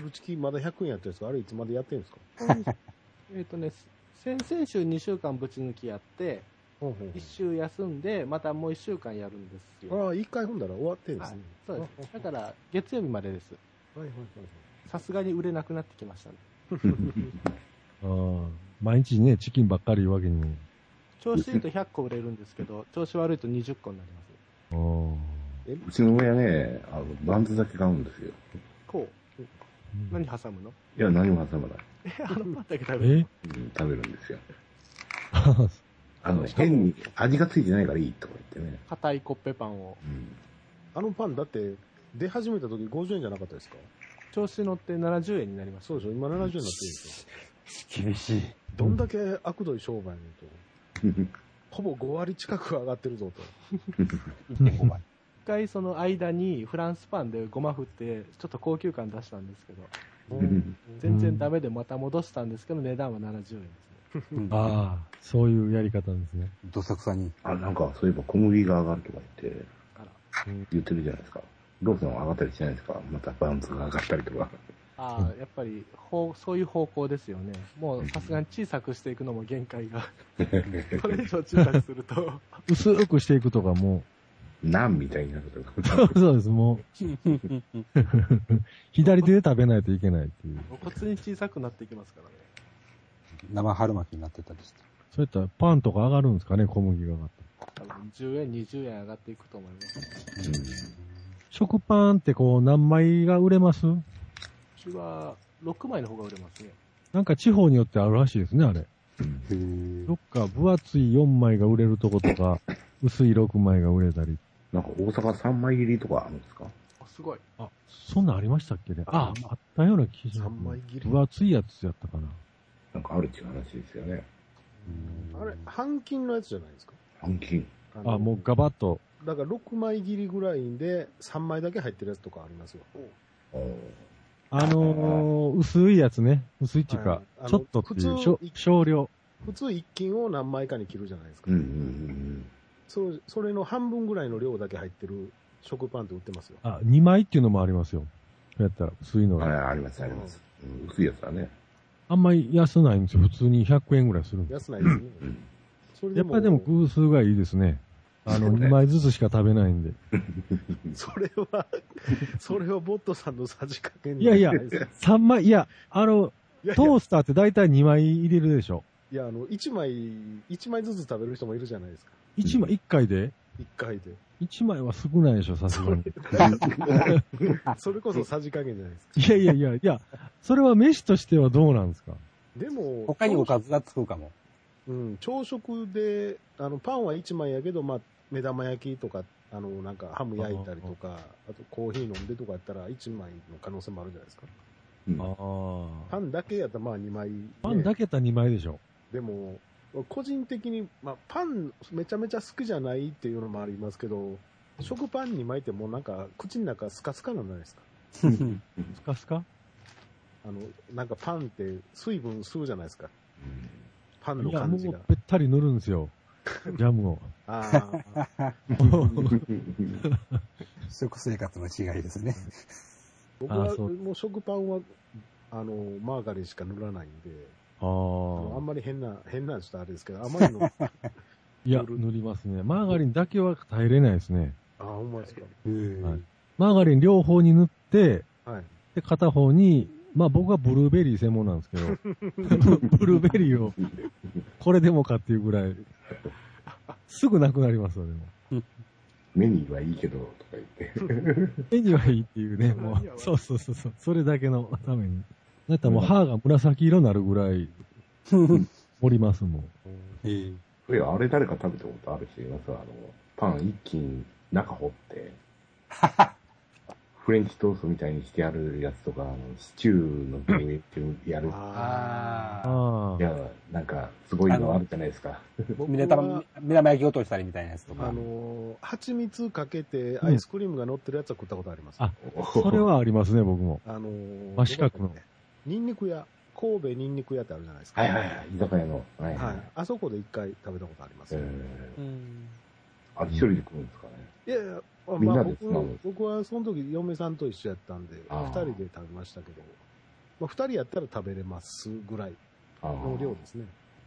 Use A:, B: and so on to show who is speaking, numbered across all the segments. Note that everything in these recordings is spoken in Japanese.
A: ぶちきまだ100円やってるんですかあれいつまでやってるんですか
B: えっとね、先々週2週間ぶち抜きやって、
A: ほうほう
B: 1週休んで、またもう1週間やるんですよ。
A: ああ、一回踏んだら終わってんですね。
B: そうです。だから、月曜日までです。
A: はいはいはい
B: さすがに売れなくなってきましたね。
C: ああ毎日ね、チキンばっかり言うわけにも。
B: 調子いいと100個売れるんですけど、調子悪いと20個になります。
C: あー
D: うちの親ね、あの、バンズだけ買うんですよ。
B: こう、何挟むの
D: いや、何も挟まない。
B: え、 あのパンだけ食べる
C: え
D: うん、食べるんです よ。あの、変に味がついてないからいいとか言ってね。
B: 硬いコッペパンを。
D: うん。
A: あのパンだって、出始めた時50円じゃなかったですか
B: 調子乗って70円になりました。
A: そうでしょ今70円になってるんですよ。
E: 厳しい。
A: どんだけ悪どい商売にと。ほぼ5割近く上がってるぞと。
E: 1.5倍。
B: 一回その間にフランスパンでごま振って、ちょっと高級感出したんですけど、
D: うん
B: 全然ダメでまた戻したんですけど、値段は70円ですね。
C: ああ、そういうやり方ですね。
E: どさくさに。
D: あ、なんか、そういえば小麦が上がるとか言って
B: あら、
D: 言ってるじゃないですか。ローソンは上がったりしないですかまたバンズが上がったりとか。
B: ああ、やっぱりほう、そういう方向ですよね。もうさすがに小さくしていくのも限界が。これ以上小さくすると、
C: 薄くしていくとかも、
D: なんみたいになるとか。
C: そうです、も う。左手で食べないといけないっていう。
B: 露骨に小さくなっていきますからね。
E: 生春巻きになってたりして。
C: そういったらパンとか上がるんですかね、小麦が上がったら。
B: 多分10円、20円上がっていくと思います。
C: 食パンってこう何枚が売れます
B: うちは6枚の方が売れますね。
C: なんか地方によってあるらしいですね、あれ。
E: へー
C: どっか分厚い4枚が売れるとことか、薄い6枚が売れたり。
D: なんか大阪3枚切りとかあるんですか
B: あ、すごい。
C: あ、そんなんありましたっけねあ、あったような記事。
A: 3枚切り。
C: 分厚いやつやったかな。
D: なんかあるっていう話ですよね。
A: あれ、半金のやつじゃないですか
D: 半金。
A: の
C: あ、もうガバッと。
A: だから6枚切りぐらいで3枚だけ入ってるやつとかありますよ。
D: おー
C: あのー、薄いやつね。薄いっていう
A: は
C: か
A: いあ、の
C: ちょっとっていう、
A: 普通
C: 少
A: い
C: 少量。
A: 普通1金を何枚かに切るじゃないですか。
D: うんうんうん
A: そうそれの半分ぐらいの量だけ入ってる食パンって売ってますよ。
C: あ、2枚っていうのもありますよ。そうやったら、薄いの
D: うん。
C: が。
D: ああります、あります。うん薄いやつだね。
C: あんまり安ないんですよ。普通に100円ぐらいするんです。
A: 安ないですね。それ
C: やっぱりでも、偶数がいいですね。あの、
D: そうね
C: 2枚ずつしか食べないんで。
A: それは、それはボットさんのさじ加減
C: いやいや
A: じゃないですか
C: 3枚、いや、あの、
A: いやい
C: ト
A: や
C: ースターって大体2枚入れるでしょ。
A: いや、あの、1枚、一枚ずつ食べる人もいるじゃないですか。
C: 1枚、1回で
A: 1回で。
C: ?1 枚は少ないでしょ、さすがに。
A: それこそさじ加減じゃないですか。
C: いやいやいや、いや、それは飯としてはどうなんですか
A: でも、
E: 他におかずがつくかも。
A: うん、朝食で、あの、パンは1枚やけど、まあ、目玉焼きとか、あの、なんか、ハム焼いたりとか、あとコーヒー飲んでとかやったら、1枚の可能性もあるじゃないですか。
D: うん
C: あ
A: パ。ンだけやったら、まあ、2枚、ね。
C: パンだけやったら2枚でしょ。
A: でも、個人的に、まあ、パンめちゃめちゃ好きじゃないっていうのもありますけど、食パンに巻いてもうなんか、口の中スカスカなんじゃないですか。
C: スカスカ
A: あの、なんかパンって水分吸うじゃないですか。パンの
C: いや、
A: 感
C: も
A: じ
C: う
A: が。
C: べったり塗るんで すよ。ジャムを。
A: あ あ、
E: 食生活の違いですね。
A: 僕
C: あ
A: は
C: ーそう
A: もう食パンは、あの、マーガリンしか塗らないんで、あのあん
C: ああ。
A: まり変な、変な人あれですけど、甘い の、あ
C: いや、塗りますね。マーガリンだけは耐えれないですね。
A: あ、ほんまですか。
C: はいマーガリン両方に塗って、
A: はい。
C: で、片方に、まあ僕はブルーベリー専門なんですけ ど、ブルーベリーを、これでもかっていうぐらい、すぐなくなりますよ、でも。
D: メニューはいいけど、とか言って。
C: 目にはいいってい うね、もう、そうそうそうそう、それだけのために。だったらもう歯が紫色になるぐらい、盛りますもん。
E: えー
D: そういや、あれ誰か食べたことある人いますあの、パン一斤中掘 って、フレンチトーストみたいにしてやるやつとか、あのシチューの上にやる。
A: あ
C: あ
D: い
C: あ。
D: や、なんか、すごいのあるじゃないですか。
A: あ、僕
E: 目玉
A: は、
E: 目玉焼き落としたりみたいなやつと
A: あ
E: か。
A: の、蜂蜜かけてアイスクリームが乗ってるやつは食ったことあります。
C: あそれはありますね、僕も。
A: あの
C: 真四角の。
A: ニンニク屋、神戸ニンニク屋ってあるじゃないですか。
D: はいはいはい、居酒屋の。はい
A: は
D: はいい。。
A: あそこで一回食べたことあります。
D: え
A: い
D: ー
E: うん
D: あ、一人で食うんですかね。
A: やいや、
D: みん
A: まあ
D: なで
A: 僕
D: つまむ
A: 僕はその時嫁さんと一緒やったんで、
D: あー
A: 二人で食べましたけど、まあ、二人やったら食べれますぐらい
D: ああ
A: の量ですね。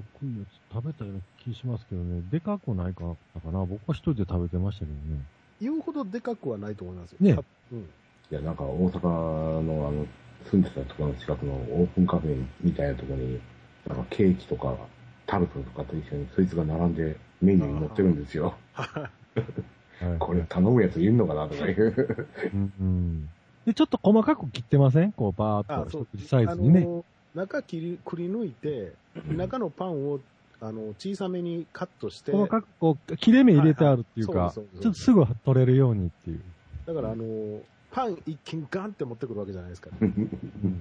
C: っこいいやつ食べたような気しますけどね。でかくないかったかな。僕は一人で食べてましたけどね。
A: 言うほどでかくはないと思いますよ。
C: ね
A: たうん。
D: いや、なんか大阪のあの、住んでたところの近くのオープンカフェみたいなところに、なんかケーキとかタルトとかと一緒にそいつが並んでメニューに載ってるんですよ。
C: はい
D: これ頼むやついるのかなとかいう。
C: うんうん。で、ちょっと細かく切ってませんこう、バー
A: あ
C: っと、
A: そう
C: 一口サイズにね。
A: の、中切り、くり抜いて、中のパンを、あの、小さめにカットして、
C: 細かくこう、切れ目入れてあるっていう
A: はいはい
C: か、ち
A: そう
C: ょ
A: ですそうで
C: っ
A: す
C: とすぐ取れるようにっていう。
A: だからあの、パン一斤ガンって持ってくるわけじゃないですから、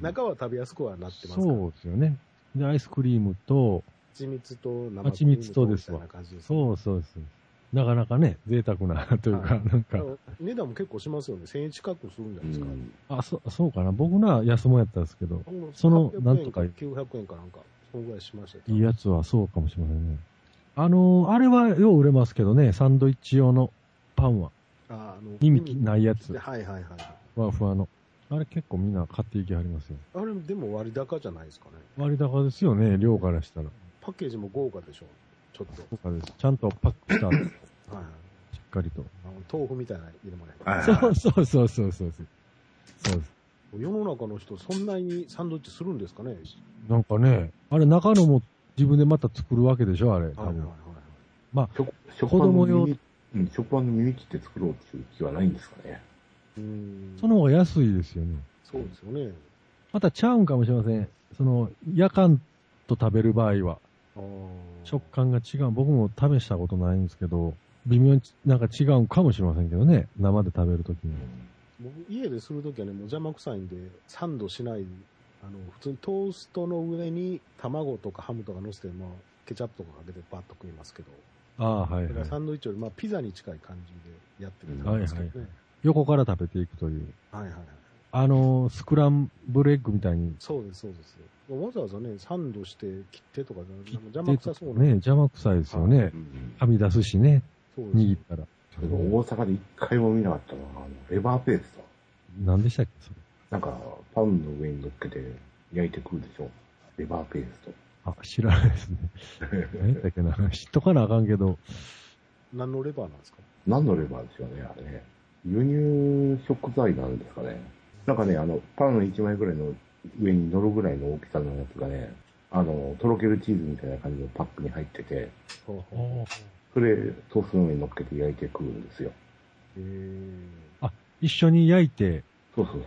A: 中は食べやすくはなってますから、
C: そうですよね。で、アイスクリームと、
A: 蜂蜜と生
C: 蜂蜜とです
A: み
C: わ
A: たいな感じです。
C: そうそうそう。なかなかね、贅沢なというか、
A: は
C: なんか、
A: だから値段も結構しますよね。1000円近くするんじゃないですか。
C: あ、そ、そうかな。僕のは安物やったんですけど、
A: もう
C: その
A: 800円
C: なんとか
A: 900円かなんか、そのぐらいしましたよ
C: いいやつはそうかもしれませんね。あのーあれはよう売れますけどね、サンドイッチ用のパンは、
A: ああの
C: 意味ないやつ
A: はいはいはい。
C: ふわふわの。あれ結構みんな買っていきはりますよ。
A: あれ、でも割高じゃないですかね。
C: 割高ですよね、量からしたら。
A: パッケージも豪華でしょ。ちょっと。
C: 豪華です。ちゃんとパックした、 し
A: はい。
C: っかりと。
A: あの豆腐みたいな入れもね。
D: あ
C: そ
D: あ
C: うそうそうそうそうそう。そうです。
A: 世の中の人、そんなにサンドイッチするんですかね
C: なんかね、あれ中野も自分でまた作るわけでしょ、あれ。多
A: はいはいはい
C: 分
A: はい。
D: 食食
C: 子
D: パンの
C: 供用
D: 耳、うん、食パンの耳切って作ろうっていう気はないんですかね。
A: うーん。
C: その方が安いですよね。
A: そうですよね。
C: またちゃうんかもしれません。その、夜間と食べる場合は、
A: ああ。
C: 食感が違う。僕も試したことないんですけど、微妙になんか違うんかもしれませんけどね。生で食べるときに。
A: 僕家でするときはね、もう邪魔くさいんで、サンドしない、あの、普通にトーストの上に卵とかハムとか乗せて、まあ、ケチャップとかかけてバッと食いますけど、
C: ああ、はい、
A: だか
C: は
A: ら
C: い。
A: サンドイッチより、まあ、ピザに近い感じでやってみたんですけどね。
C: 横から食べていくという。
A: はいはいはい。
C: あの、スクランブルエッグみたいに。
A: そうです、そうです。わざわざね、サンドして切ってとか、なんか邪魔
C: ね
A: くさそうな。
C: 邪魔くさいですよね。
D: うん
C: はみ出すしね、
A: そうです
C: 握ったら。
D: それが大阪で一回も見なかったのは、あのレバーペースト。
C: 何でしたっけ、それ。
D: なんか、パンの上に乗っけて焼いて食うでしょ。レバーペースト。
C: あ、知らないです ね。何だっけな。知っとかなあかんけど。
A: 何のレバーなんですか
D: 何のレバーですよね、あれね。輸入食材なんですかね。なんかね、あの、パンの1枚ぐらいの上に乗るぐらいの大きさのやつがね、あの、とろけるチーズみたいな感じのパックに入ってて、
A: ほうほう
C: おー
D: それ、トーストの上に乗っけて焼いて食うんですよ。
A: えー、
C: 一緒に焼いて、
D: そうそうそう。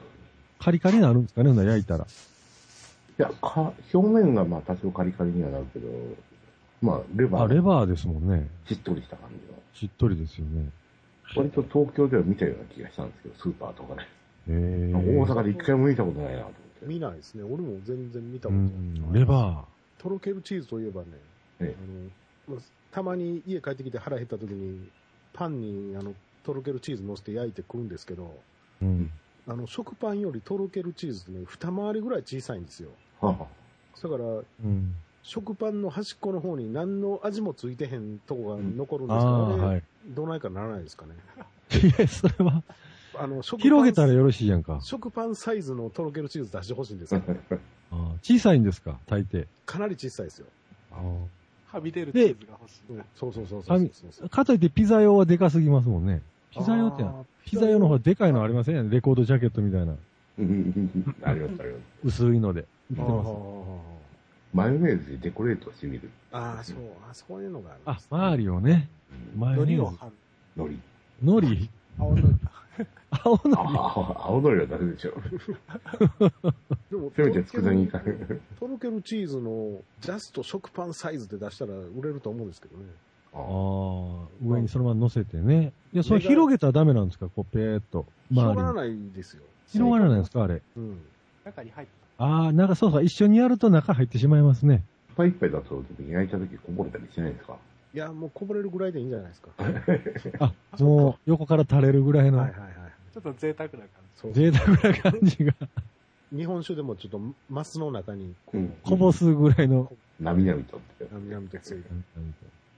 C: カリカリになるんですかね、ほんなら焼いたら。
D: いや、か、表面がまあ多少カリカリにはなるけど、まあ、レバ
C: あ、
D: ー
C: レ
D: が
C: バーですもんね。
D: しっとりした感じの。
C: しっとりですよね。
D: 割と東京では見たような気がしたんですけど、スーパーとかで。
C: へ
D: 大
C: ー
D: 阪で一回も見たことないなと思って。
A: 見ないですね。俺も全然見た
C: う
A: ことない。
C: ん、レバ
A: とろけるチーズといえばね、
D: え
A: あのまあたまに家帰ってきて腹減った時に、パンにあのとろけるチーズ乗せて焼いて食うんですけど、
C: ー。うん。
A: あの食パンよりとろけるチーズってね、二回りぐらい小さいんですよ。
D: は あはあ
A: だから、
C: うん。
A: 食パンの端っこの方に何の味もついてへんとこが残るんで
C: あ
A: すけど、
C: あー、
A: あれ
C: はい。
A: どないかならないですかね。
C: いや、それは、
A: あの食パン
C: 広げたらよろしいやんか。
A: 食パンサイズのとろけるチーズ出してほしいんですけど、
C: あー小さいんですか、大抵。
A: かなり小さいですよ。
B: はみ出るチーズが欲しい。
A: うんそうそうそうそうそうそうそう。
C: かといってピザ用はでかすぎますもんね。ピザ用って
A: あ
C: な
A: ー、
C: ピザ用の方がでかいのありませんレコードジャケットみたいな。
D: ありますあります。
C: 薄いので。売って
A: あ
C: ます
A: ー
D: マヨネーズでデコレートしてみる。
A: ああ、そう、あーそういうのがあるん
C: あ
A: です、ね。
C: 周りをね。マヨ
B: 海
C: ネ
B: 苔を
C: ーズ。
B: 貼る。
D: 海苔。
C: 海苔。
B: 青のり。
C: 青
D: あ
C: の
D: あ、青海苔はダメでしょ。
A: でも
D: せめて佃煮か。
A: とろけるチーズのジャスト食パンサイズで出したら売れると思うんですけどね。
D: ああ
C: ああ、上にそのまま乗せてね。いや、それ広げたらダメなんですかこう、ペーっと。
A: 広がら
C: 周りに。
A: ないですよ。
C: 広がらないんですかあれ。
A: うん。
B: 中に入って
C: ああ、なんかそうそう、一緒にやると中入ってしまいますね。
D: いっぱいいっぱいだと、焼いた時こぼれたりしないですか
A: いや、もうこぼれるぐらいでいいんじゃないですか。はい
C: あ、もう横から垂れるぐらい
A: は
C: の
A: い、はい。
B: ちょっと贅沢な感
A: そう
C: 贅沢な感じが、
A: 日本酒でもちょっとマスの中にこ
D: う
A: う、
D: ん。
C: こぼ
D: す。
C: すぐらいの。
D: なみなみとって。
A: なみなみとついて。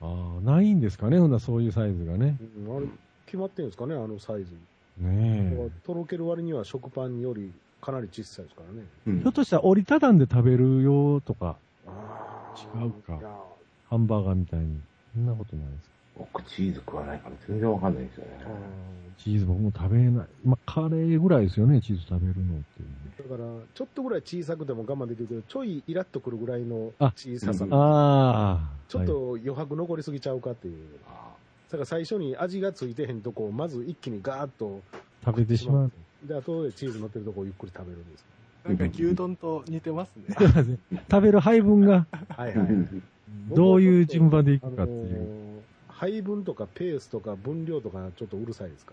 C: ああ、ないんですかねほんならそういうサイズがね。
A: うん、あれ、決まってるんですかね、あのサイズ。
C: ね
A: とろける割には食パンよりかなり小さいですからね。
D: うん
C: ひょっとしたら折りたたんで食べるよとか、
A: あ
C: ー違うか
A: いや
C: ハンバーガーみたいに。そんなことないです。
D: 僕チーズ食わないから全然わかんないんですよね。
C: チーズ僕も食べない。まあ、カレーぐらいですよね、チーズ食べるのっていう
A: だから、ちょっとぐらい小さくても我慢できるけど、ちょいイラッとくるぐらいの
C: あ
A: 小ささ
D: う
C: の。。ああ。
A: ちょっ
C: はい
A: と余白残りすぎちゃうかっていう。
D: あ
A: だから最初に味がついてへんとこを、まず一気にガーッと。
C: 食べてしまう。
A: で、後でチーズ乗ってるとこをゆっくり食べるんです。
B: なんか牛丼と似てますね。
C: 食べる配分が
A: はい
D: ー
A: はい。
C: どういう順番でい
A: あ
C: くか
A: の
C: っていう。
A: ー配分とかペースとか分量とかちょっとうるさいですか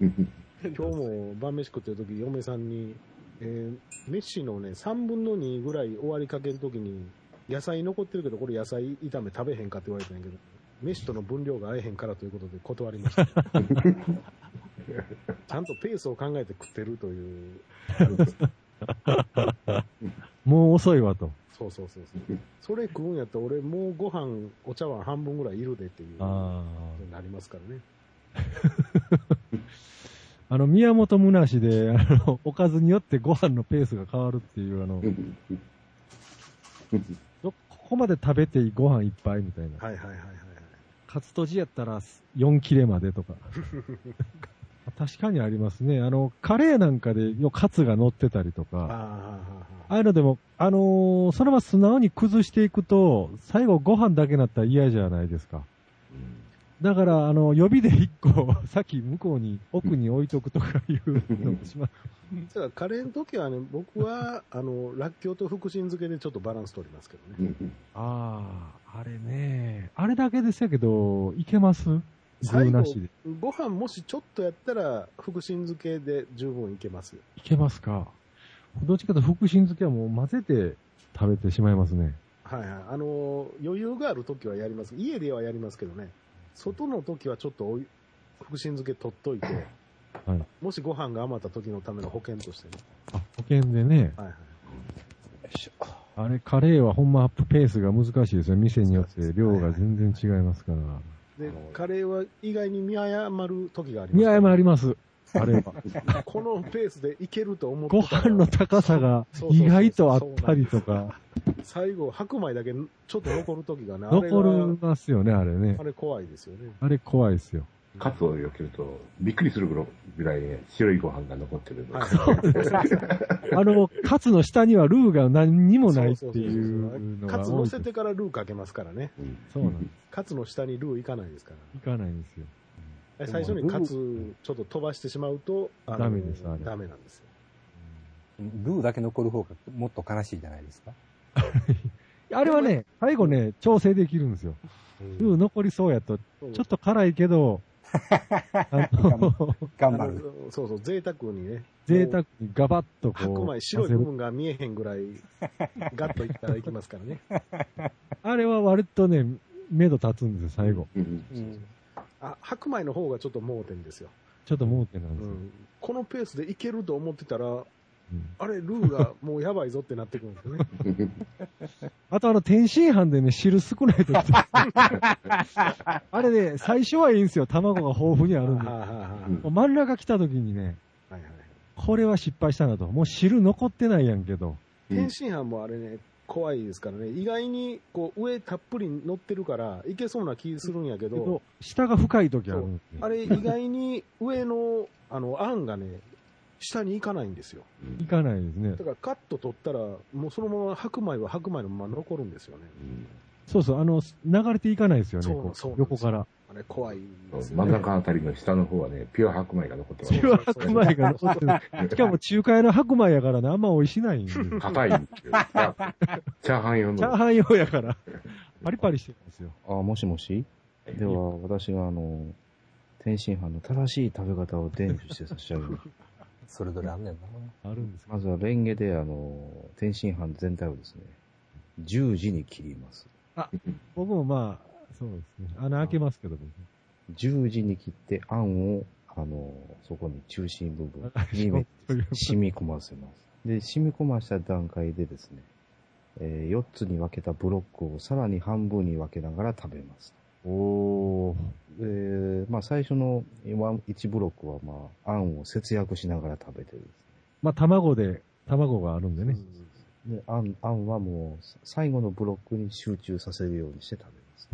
A: らね。 今日も晩飯食ってる時、嫁さんに、えー、飯のね、3分の2ぐらい終わりかける時に、野菜残ってるけど、これ野菜炒め食べへんかって言われたんやけど、飯との分量が合えへんからということで断りました。ちゃんとペースを考えて食ってるという、
C: もう遅いわと。
A: そうそうそうそう。それ食うんやったら俺もうご飯、お茶碗半分ぐらいいるでっていう、
C: あ
A: なりますからね。
C: あ。あの、宮本むなしで、あの、 おかずによってご飯のペースが変わるっていう、あの、どここまで食べていいご飯いっぱいみたいな。
A: はいはいはいはいはい。
C: カツとじやったら4切れまでと か。確かにありますね。あの、カレーなんかで、よカツが乗ってたりと
A: あーあーあ
C: か、
A: ーあー
C: ああいうのでも、あのーそのまま素直に崩していくと、最後ご飯だけなったら嫌じゃないですか。だから、あの、予備で1個、 さっき向こうに、奥に置いとくとかいうのもします。
A: 実はカレーの時はね、僕は、 あの、らっきょうと福神漬けでちょっとバランス取りますけどね。
C: ああ、あれね。あれだけですやけど、いけます具
A: 最後
C: なしで。
A: ご飯もしちょっとやったら、福神漬けで十分いけますよ。
C: いけますかどっちかというと福神漬けはもう混ぜて食べてしまいますね。
A: はいはい。あの、余裕がある時はやります。家ではやりますけどね。外の時はちょっとおい福神漬け取っといて、
C: はい
A: もしご飯が余った時のための保険としてね。
C: あ、保険でね。
A: はいはい。
C: あれ、カレーはほんまアップペースが難しいですよ。店によって量が全然違いますから。
A: で、カレーは意外に見誤る時があります、
C: 見誤り
A: ま
C: ます。あれは。
A: す。このペースでいけると思って
C: ご
A: たら
C: 飯の高さが意外とあったりとか、
A: 最後、白米だけちょっと残る時がね、あれ
C: 残
A: は
C: りますよね、あれね
A: あ。れ怖いですよね。
C: あれ怖いですよ。
D: カツをよけると、びっくりするぐらいね、白いご飯が残ってるの。
C: あの、カツの下にはルーが何にもないって
A: そ
C: い
A: そそう
C: の
A: カ
C: が
A: ツ
C: 多
A: 乗
C: い。
A: せてからルーかけますからね。
D: うん
C: そうなんで
A: カツの下にルーいかないですか
C: す。いかないんですよ。
A: ら。最初にカツちょっと飛ばしてしまうと、あの
C: ダメですあれ
A: ダメなんですよ。
E: ルーだけ残る方がもっと悲しいじゃないですか。
C: あれはね、最後ね、調整できるんですよ。ルー残りそうやと、ち
A: そう
C: ょっと辛いけ ど、あ の、
A: あ
E: 頑張
A: の
E: る。
A: そうそう、贅沢にね。
C: 贅沢にガバッと
A: 白
C: こ
A: 米、
C: う、
A: 白い
C: 混ぜ
A: 部
C: る
A: 分が見えへんぐらい、ガッといったらいきますからね。
C: あれは割とね、目処立つんですよ、最後。
D: うん
E: うん
A: あ、白米の方がちょっと盲点ですよ。
C: ちょっと盲点なんです
A: う
C: よ。
A: んこのペースでいけると思ってたら、
C: うん
A: あれ、ルーがもうやばいぞってなってくるんですよね。
C: あとあの、天津飯でね、汁少ない 時とかあれね、最初はいいんですよ。卵が豊富にあるんで。
A: は
C: も
A: あはあは
D: うん
C: う真ん中来た時にね、
A: あはいはい
C: これは失敗したなと。もう汁残ってないやんけど。
A: 天津飯もあれね、怖いですからね、意外にこう上たっぷり乗ってるから、いけそうな気するんやけ
C: け
A: ど
C: ど、下が深い時あるんですよ
A: あれ、意外に上のあのあんがね、下に行かないんですよ。
C: いかないですね
A: だ。からカット取ったら、もうそのまま白米は白米のまま残るんですよね。
C: そうそう、あの、流れていかないですよね、
A: そう
C: こう
A: そうなんです
C: 横から。
A: あれ、怖いですよ
D: 真ん
A: ね。
D: 中あたりの下の方はね、ピュア白米が残ってます。
A: そう
C: ピュア白米が残ってる。しかも中華屋の白米やからね、あんま美味しないんで。チャ
D: 硬いんですよ。チャーハン用の。
C: ーハン用やから、パリパリしてるんですよ。
F: あ、もしもしでは、私があの、天津飯の正しい食べ方を伝授して差し上げます。
E: それぞれあんねんな。
C: あるんですか
F: まずはレンゲで、あの、天津飯全体をですね、10時に切ります。
C: 僕もまあ、そうですね。穴開けますけどね。
F: 10時に切って、あんを、あの、そこに中心部分にめ
C: そういう
F: 染み込ませます。で、染み込ました段階でですね、え4つに分けたブロックをさらに半分に分けながら食べます。
C: おー。
F: で、まあ最初の1ブロックは、まあ、あんを節約しながら食べてる。
C: まあ、卵で、卵があるんでね。
F: で、あん、あんはもう、さ最後のブロックに集中させるようにして食べます。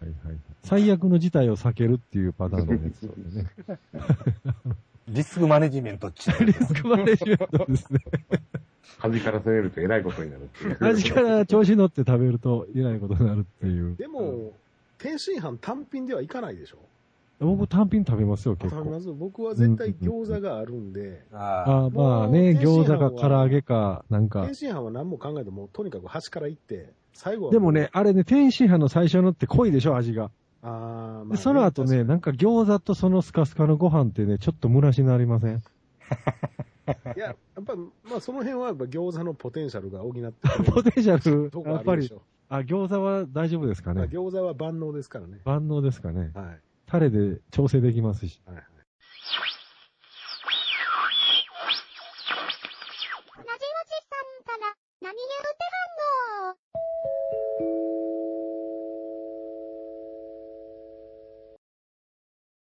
C: はいはい。最悪の事態を避けるっていうパターンの や つですね。
E: リスクマネジメントっちゅ う
C: リスクマネジメントですね。
D: 端から攻めると偉いことになるっていう。
C: 味から調子乗って食べるとえらいことになるっていう。
A: でも、天津飯単品ではいかないでしょ
C: 僕単品食べますよ、結
A: 食べ
C: 構
A: ま。す僕は絶対餃子があるんで、
E: ああ。
C: あーまあね、餃子か唐揚げか、なんか
A: 天。津飯は何も考えても、とにかく端から行って、最後はう
C: でもね、、あれね、天津飯の最初のって濃いでしょ、味が。
A: あーまあね
C: で、その後ね、、なんか餃子とそのスカスカのご飯ってね、ちょっと虚しになりま せん
A: いや、やっぱ、まあその辺はやっぱ餃子のポテンシャルが補ってくれる
C: ポテンシャル
A: と、こ
C: やっ
A: あ
C: ぱ
A: るでし、
C: り
A: ょ。
C: あ、餃子は大丈夫ですか
A: まあ
C: ね。
A: 餃子は万能ですからね。
C: 万能ですかね。
A: はい。
C: タレで調整できますし。
A: はいはい。